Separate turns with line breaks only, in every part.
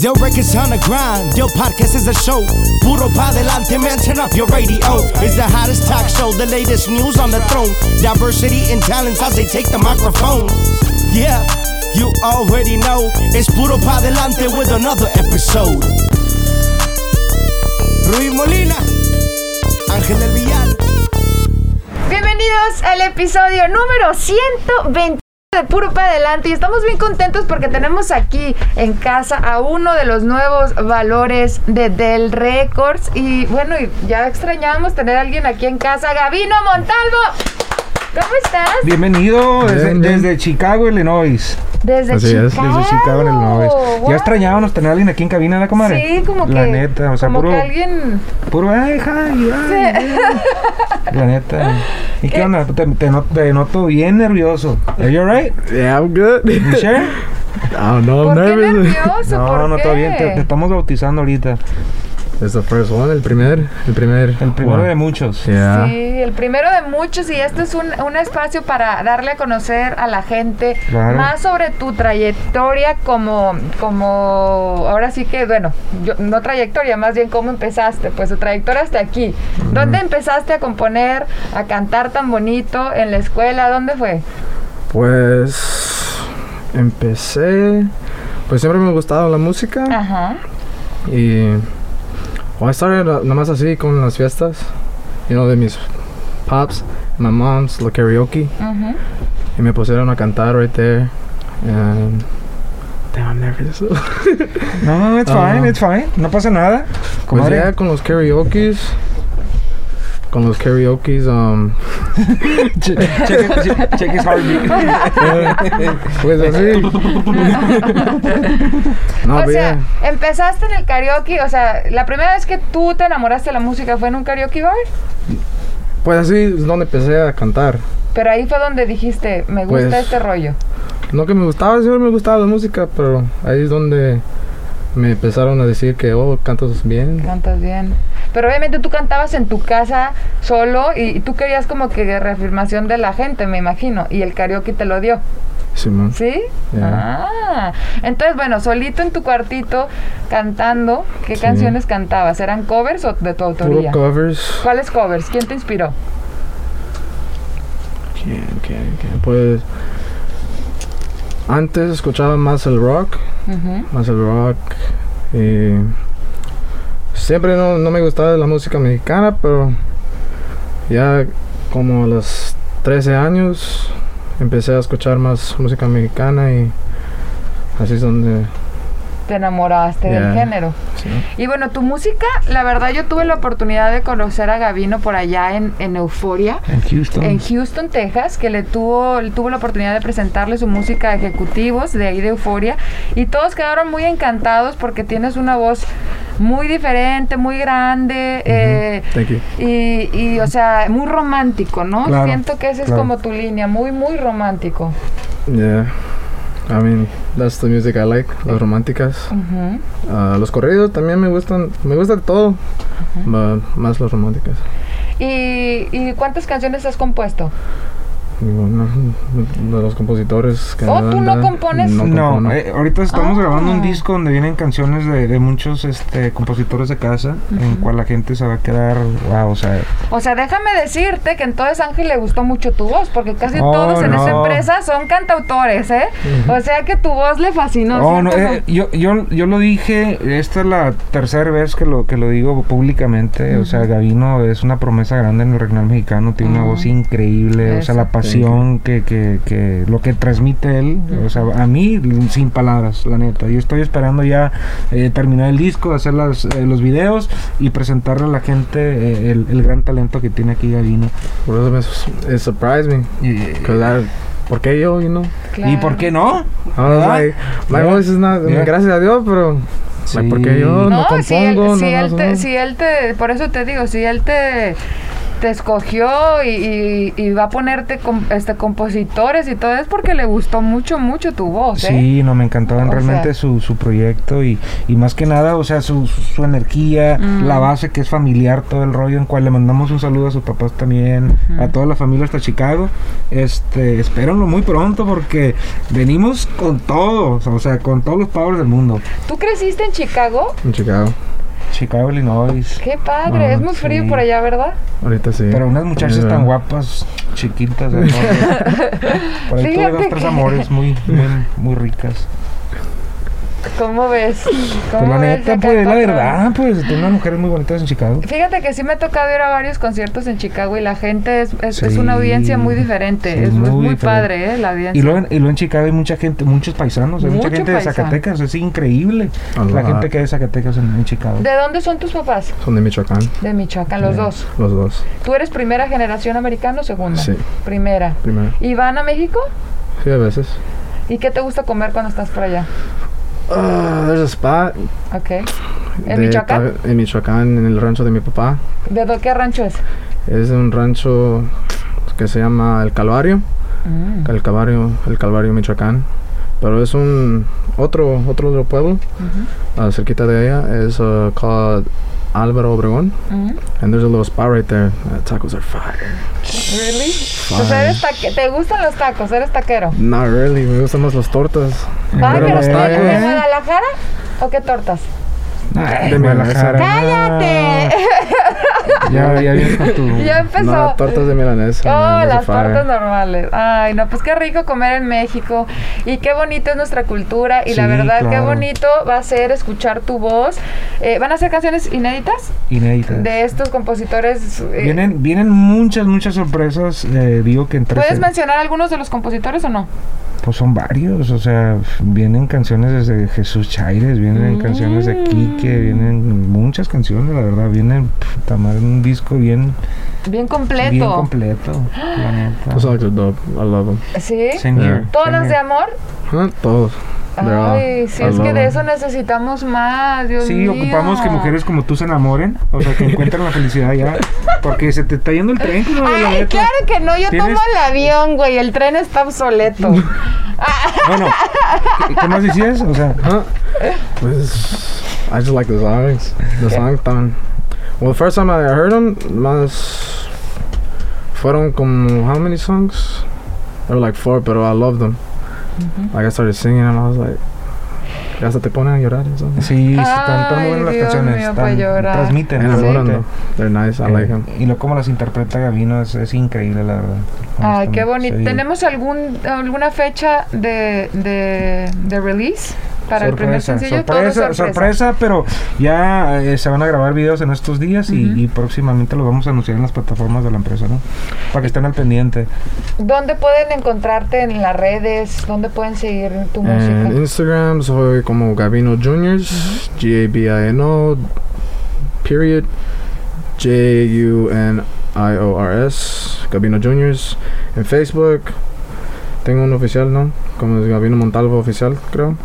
Your record's on the grind, your podcast is a show. Puro pa' delante, man, turn up your radio. It's the hottest talk show, the latest news on the throne. Diversity and talents as they take the microphone. Yeah, you already know. It's Puro pa' delante with another episode. Ruiz Molina, Ángel El Villar.
Bienvenidos al episodio número 120 de Puro para Adelante y estamos bien contentos porque tenemos aquí en casa a uno de los nuevos valores de Del Records y bueno, y ya extrañábamos tener a alguien aquí en casa, Gabino Montalvo. ¿Cómo estás?
Bienvenido desde,
Bien, bien.
desde Chicago, Illinois.
Desde
Así
Chicago.
es,
Desde Chicago, Illinois.
Guau.
Ya extrañábamos tener a alguien aquí en cabina, la comadre.
Sí, como que
La neta, o sea,
como
puro.
que alguien
Puro, ay, ay, ay, ay. La neta. ¿Y
Eh,
qué onda? Te, te no- te noto bien nervioso. ¿Are you alright?
Yeah, I'm good.
¿You sure?
I don't know, Oh, I'm
¿Por qué
nervous.
nervioso?
No,
¿Por
no,
qué?
todo bien. Te, te estamos bautizando ahorita.
It's the first one, el primer, el primer.
El primero
one.
de muchos.
Yeah.
Sí, el primero de muchos y este es un, un espacio para darle a conocer a la gente
Claro.
más sobre tu trayectoria como, como, ahora sí que, bueno, yo- no trayectoria, más bien cómo empezaste, pues tu trayectoria hasta aquí. ¿Dónde empezaste a componer, a cantar tan bonito? ¿En la escuela? ¿Dónde fue?
Pues empecé. Pues siempre me ha gustado la música
Ajá.
y well, I started uh, nomás así con las fiestas, you know, de mis pops, my mom's, la karaoke
ujú.
y me pusieron a cantar right there. And damn, I'm nervous.
No, no, it's
Ah.
fine, it's fine. No pasa nada.
Pues
Comadre.
ya con los karaokes. Con los karaokes, um,
Che- Cheque che- cheque his heartbeat.
pues así. no,
o
pero
sea,
ya.
empezaste en el karaoke, o sea, la primera vez que tú te enamoraste de la música fue en un karaoke bar,
Pues así es donde empecé a cantar.
pero ahí fue donde dijiste, me gusta
Pues,
este rollo.
No que me gustaba, siempre me gustaba la música, pero ahí es donde me empezaron a decir que, oh, cantas bien.
Cantas bien. Pero obviamente tú cantabas en tu casa solo y, y tú querías como que reafirmación de la gente, me imagino. Y el karaoke te lo dio,
Simón.
¿sí?
Ya.
Ah. Entonces, bueno, solito en tu cuartito cantando, ¿qué
Sí.
canciones cantabas? ¿Eran covers o de tu
Puro
autoría?
covers.
¿Cuáles covers? ¿Quién te inspiró?
¿Quién, quién, quién? Pues antes escuchaba más el rock.
Ujú.
más el rock. Y siempre no, no me gustaba la música mexicana, pero ya como a los 13 años empecé a escuchar más música mexicana y así es donde...
Te enamoraste del
Ya.
género.
sí.
Y bueno, tu música, la verdad yo tuve la oportunidad de conocer a Gavino por allá en, en Euforia.
En Houston.
en Houston, Texas, que le tuvo, le tuvo la oportunidad de presentarle su música a ejecutivos de ahí de Euforia y todos quedaron muy encantados porque tienes una voz muy diferente, muy grande eh,
Thank you.
y, y, o sea, muy romántico, ¿no?
Claro,
Siento que esa es
claro.
como tu línea, muy, muy romántico.
Yeah. I mean, that's the music I like, las románticas.
Ujú.
Ah, los corridos también me gustan, me gusta todo, but más las románticas.
¿Y, y cuántas canciones has compuesto?
Pues Digo, no, no, de los compositores que
Oh,
me
¿tú
dan
no
da-
compones?
No,
No,
compono.
eh, ahorita estamos
Ah.
grabando un disco donde vienen canciones de, de muchos este, compositores de casa, en cual la gente se va a quedar, wow, o sea,
O sea, déjame decirte que entonces a Ángel le gustó mucho tu voz, porque casi
Oh,
todos en esta
no.
empresa son cantautores, ¿eh? O sea que tu voz le fascinó.
oh, no,
¿cierto?
eh, yo, yo, yo lo dije, esta es la tercera vez que lo, que lo digo públicamente, o sea, Gavino es una promesa grande en el regional mexicano, tiene una
Ujú.
voz increíble, o sea, la
Eso.
pasión que, que, que, lo que transmite él, o sea, a mí sin palabras, la neta, yo estoy esperando ya eh, terminar el disco, hacer las, eh, los videos y presentarle a la gente eh, el, el gran talento que tiene aquí Gavino.
Por eso me su- it surprised me.
Y,
'Cause I- ¿Por qué yo? You know?
¿Y por qué no?
I was
¿Verdad?
like, my
Yeah.
voz is not,
Yeah.
gracias a Dios, pero. like, ¿Por qué yo?
Sí.
No,
No, si él,
compongo,
si
no,
él
no,
te,
no.
si él te, por eso te digo, si él te, te escogió y, y- y va a ponerte com- este, compositores y todo, es porque le gustó mucho, mucho tu voz, ¿eh?
Sí, no, me encantaban
O sea.
realmente su, su proyecto y, y más que nada, o sea, su, su- su energía,
Mm.
la base que es familiar, todo el rollo en cual le mandamos un saludo a sus papás también,
Ujú.
a toda la familia hasta Chicago. Este, espérenlo muy pronto porque venimos con todos, o sea, con todos los powers del mundo.
¿Tú creciste en Chicago?
en Chicago.
Chicago, Illinois.
Qué padre,
Ah,
es muy frío
sí.
por allá, ¿verdad?
Ahorita sí.
Pero unas muchachas
Mira.
tan guapas, chiquitas, de Por ahí tuve
Fíjate
dos, tres
que-
amores muy, muy, muy ricas.
¿Cómo ves? ¿Cómo
Pues la
ves
neta,
acá
pues
el
la
patrón?
verdad, pues tengo unas mujeres muy bonitas en Chicago.
Fíjate que sí me ha tocado ir a varios conciertos en Chicago y la gente es, es, es una
Sí,
audiencia muy diferente.
sí,
es es muy,
muy diferente.
padre, ¿eh? La
Y
audiencia.
luego, en- y luego en Chicago hay mucha gente, muchos paisanos, hay mucha
Mucho
gente
paisano.
de Zacatecas, es increíble
Ah,
la
ah.
gente que hay de Zacatecas en, en Chicago.
¿De dónde son tus papás?
Son de Michoacán,
De Michoacán, los
Sí.
dos.
los dos.
¿Tú eres primera generación americana o segunda?
Sí,
Primera.
primero.
¿Y van a México?
Sí, a veces.
¿Y qué te gusta comer cuando estás por allá?
Ah, there's a spot.
Ok. ¿En
de-
Michoacán?
En Michoacán, en el rancho de mi papá.
¿De dó- qué rancho es?
Es un rancho que se llama El Calvario.
Mm,
El Calvario, el Calvario Michoacán. Pero es un otro otro otro pueblo
ujú,
ah, cerquita de ella es uh, called Álvaro Obregón
ujú.
and there's a little spot right there. Uh, tacos are fire.
Really? O sea, eres taque- ¿Te gustan los tacos? ¿Eres taquero?
Not really, me gustan más las tortas.
Ay,
Pero
pero
los
¿de-
tacos.
¿De Guadalajara o qué tortas?
Ay,
de
Guadalajara.
Ah.
¡Cállate!
Ya, ya vienes con tu...
ya empezó.
No, tortas de milanesa.
Oh,
man, those are
las
fire.
tortas normales. Ay, no, pues qué rico comer en México. Y qué bonito es nuestra cultura. Y la
Sí,
verdad, qué
claro.
bonito va a ser escuchar tu voz. Eh, ¿Van a ser canciones inéditas
Pues
Inéditas.
de estos compositores? eh,
Vienen, vienen muchas, muchas sorpresas, eh, digo que entre...
¿Puedes mencionar algunos de los compositores o no?
Pues son varios, o sea, vienen canciones desde Jesús Chaires, vienen
Mm.
canciones de Quique, vienen muchas canciones, la verdad, vienen pf, tamar un disco bien,
Bien completo.
bien completo, la neta.
Those are good, though. I love them.
¿Sí?
Señor,
¿Todas las de
señor.
amor?
Huh? Todos. They're all-
Ay, sí,
I
es que
love
de
'em.
eso necesitamos más, Dios
Sí,
mío.
ocupamos que mujeres como tú se enamoren, o sea, que encuentren la felicidad ya, porque se te está yendo el tren, como de la
Ay,
neta.
claro que no, yo tomo
Tienes-
el avión, güey, el tren está obsoleto.
No, no. ¿Qué, qué más decías? O sea,
Huh? Pues, I just like the songs. The song tan. Well, the first time I heard them, más fueron como how many songs? There were like four, but I loved them. Like I started singing and I was like, ya hasta te ponen a llorar. y eso.
sí, están tan
Ay,
buenas las
Dios
canciones,
mío,
están-
pa' llorar.
transmiten.
Enamoran,
transmiten.
though. They're nice. I like them.
Eh, y lo como las interpreta Gavino es, es increíble, la verdad.
Ay, qué bonito.
Sí.
¿Tenemos algún, alguna fecha de, de, de release para el primer
Sorpresa,
sencillo? Todo es
Sorpresa, sorpresa, pero ya eh, se van a grabar videos en estos días y-
Ujú.
y, próximamente los vamos a anunciar en las plataformas de la empresa, ¿no? Para que estén al pendiente.
¿Dónde pueden encontrarte en las redes? ¿Dónde pueden seguir tu
En
Eh,
música?
Instagram soy como Gabino Juniors, G-A-B-I-N-O, period, J-U-N-I-O-R-S, Gabino Juniors. En Facebook tengo un oficial, ¿no? Como es Gabino Montalvo oficial, creo.
Ujú.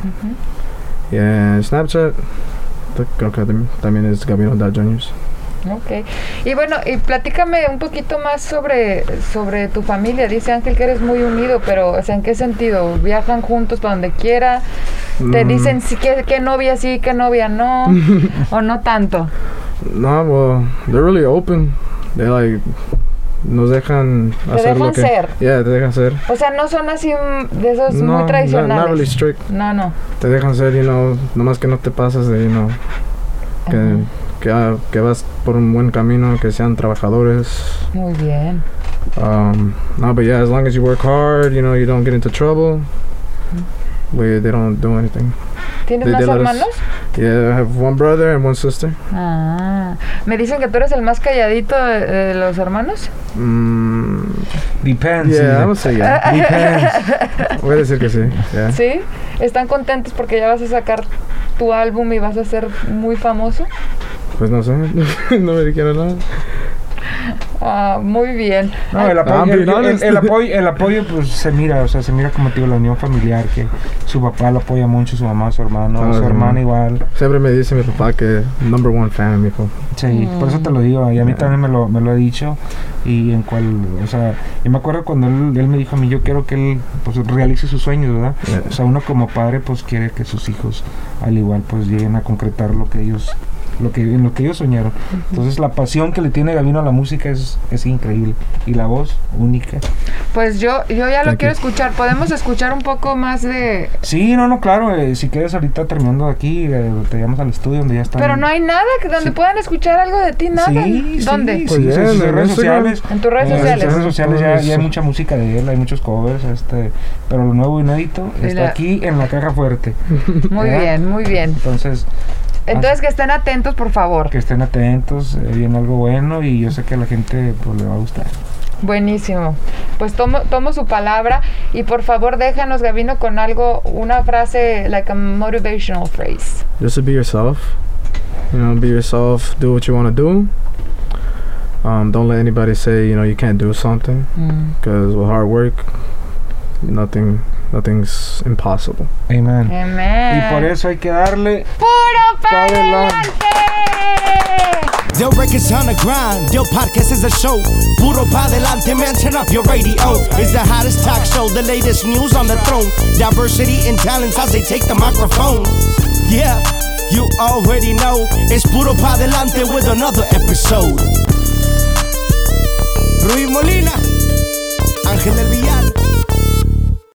Y en Snapchat t- creo que tam- también es Gabino da Juniors.
Ok. Y bueno, y platícame un poquito más sobre, sobre tu familia. Dice Ángel que eres muy unido, pero o sea, ¿en qué sentido? ¿Viajan juntos para donde quiera? ¿Te
Mm,
dicen sí, que, que novia sí, que novia no? ¿O no tanto?
No, well, they're really open. They like nos dejan
¿Te
hacer lo
dejan
que.
ser?
Yeah, te dejan ser.
O sea, no son así mm, de esos
no,
muy
not- not really
tradicionales.
strict.
No, no.
te dejan ser, you know, nomás que no te pasas de, you know, que, que, ah, que vas por un buen camino, que sean trabajadores.
Muy bien.
Um, no, but yeah, as long as you work hard, you know, you don't get into trouble. We, they don't do anything.
¿Tienes
De-
más
de los-
hermanos?
Yeah, I have one brother and one sister.
Ah. Me dicen que tú eres el más calladito de, de los hermanos.
Mm,
Depends.
yeah, I
dice.
would say yeah.
Depends.
Voy a decir que sí. Yeah.
¿Sí? ¿Están contentos porque ya vas a sacar tu álbum y vas a ser muy famoso?
Pues no sé, no me dijeron nada.
Ah, muy bien.
No, el
Ah,
apoyo, el,
pilares.
el- el apoyo, el apoyo, pues se mira, o sea, se mira como digo, la unión familiar, que su papá lo apoya mucho, su mamá, su hermano,
Ah,
su
sí.
hermana igual.
Siempre me dice mi papá que number one fan, mi papá.
Sí, por eso te lo digo, y a mí también me lo, me lo ha dicho, y en cual, o sea, yo me acuerdo cuando él, él me dijo a mí, yo quiero que él, pues, realice sus sueños, ¿verdad?
Yeah.
O sea, uno como padre, pues, quiere que sus hijos, al igual, pues, lleguen a concretar lo que ellos, lo que, en lo que ellos soñaron. Entonces, la pasión que le tiene Gabino a la música es, es increíble, y la voz, única.
Pues yo, yo ya lo
Thank
quiero
you.
escuchar. ¿Podemos escuchar un poco más de...?
Sí, no, no, claro. eh, si quieres, ahorita terminando de aquí, eh, te llamamos al estudio donde ya están.
Pero no hay nada que donde
Sí.
puedan escuchar algo de ti, nada.
Sí, sí,
¿Dónde?
Sí,
Pues
sí,
bien,
sí, sí,
en
redes
Instagram. Pues.
sociales.
En tus redes
Eh,
sociales.
En redes sociales ya, ya hay
Eso.
mucha música de él, hay muchos covers, este, pero lo nuevo inédito
Y
está
la-
aquí en la caja fuerte.
Muy
¿verdad?
bien, muy bien.
Entonces,
Entonces que estén atentos, por favor.
que estén atentos, eh, viene algo bueno y yo sé que a la gente pues, le va a gustar.
Buenísimo. Pues tomo, tomo su palabra y por favor déjanos, Gabino, con algo, una frase, like a motivational phrase.
Just to be yourself. You know, be yourself. Do what you want to do. Um, don't let anybody say you know you can't do something because with hard work, nothing, nothing's impossible.
Amen.
Amén.
Y por eso hay que darle
¡Puro
Pa'
para
adelante.
adelante!
Del Records on the grind. Del Podcast is a show. Puro pa' delante, man, turn up your radio. It's the hottest talk show, the latest news on the throne. Diversity and talents as they take the microphone. Yeah, you already know. It's Puro pa' delante with another episode.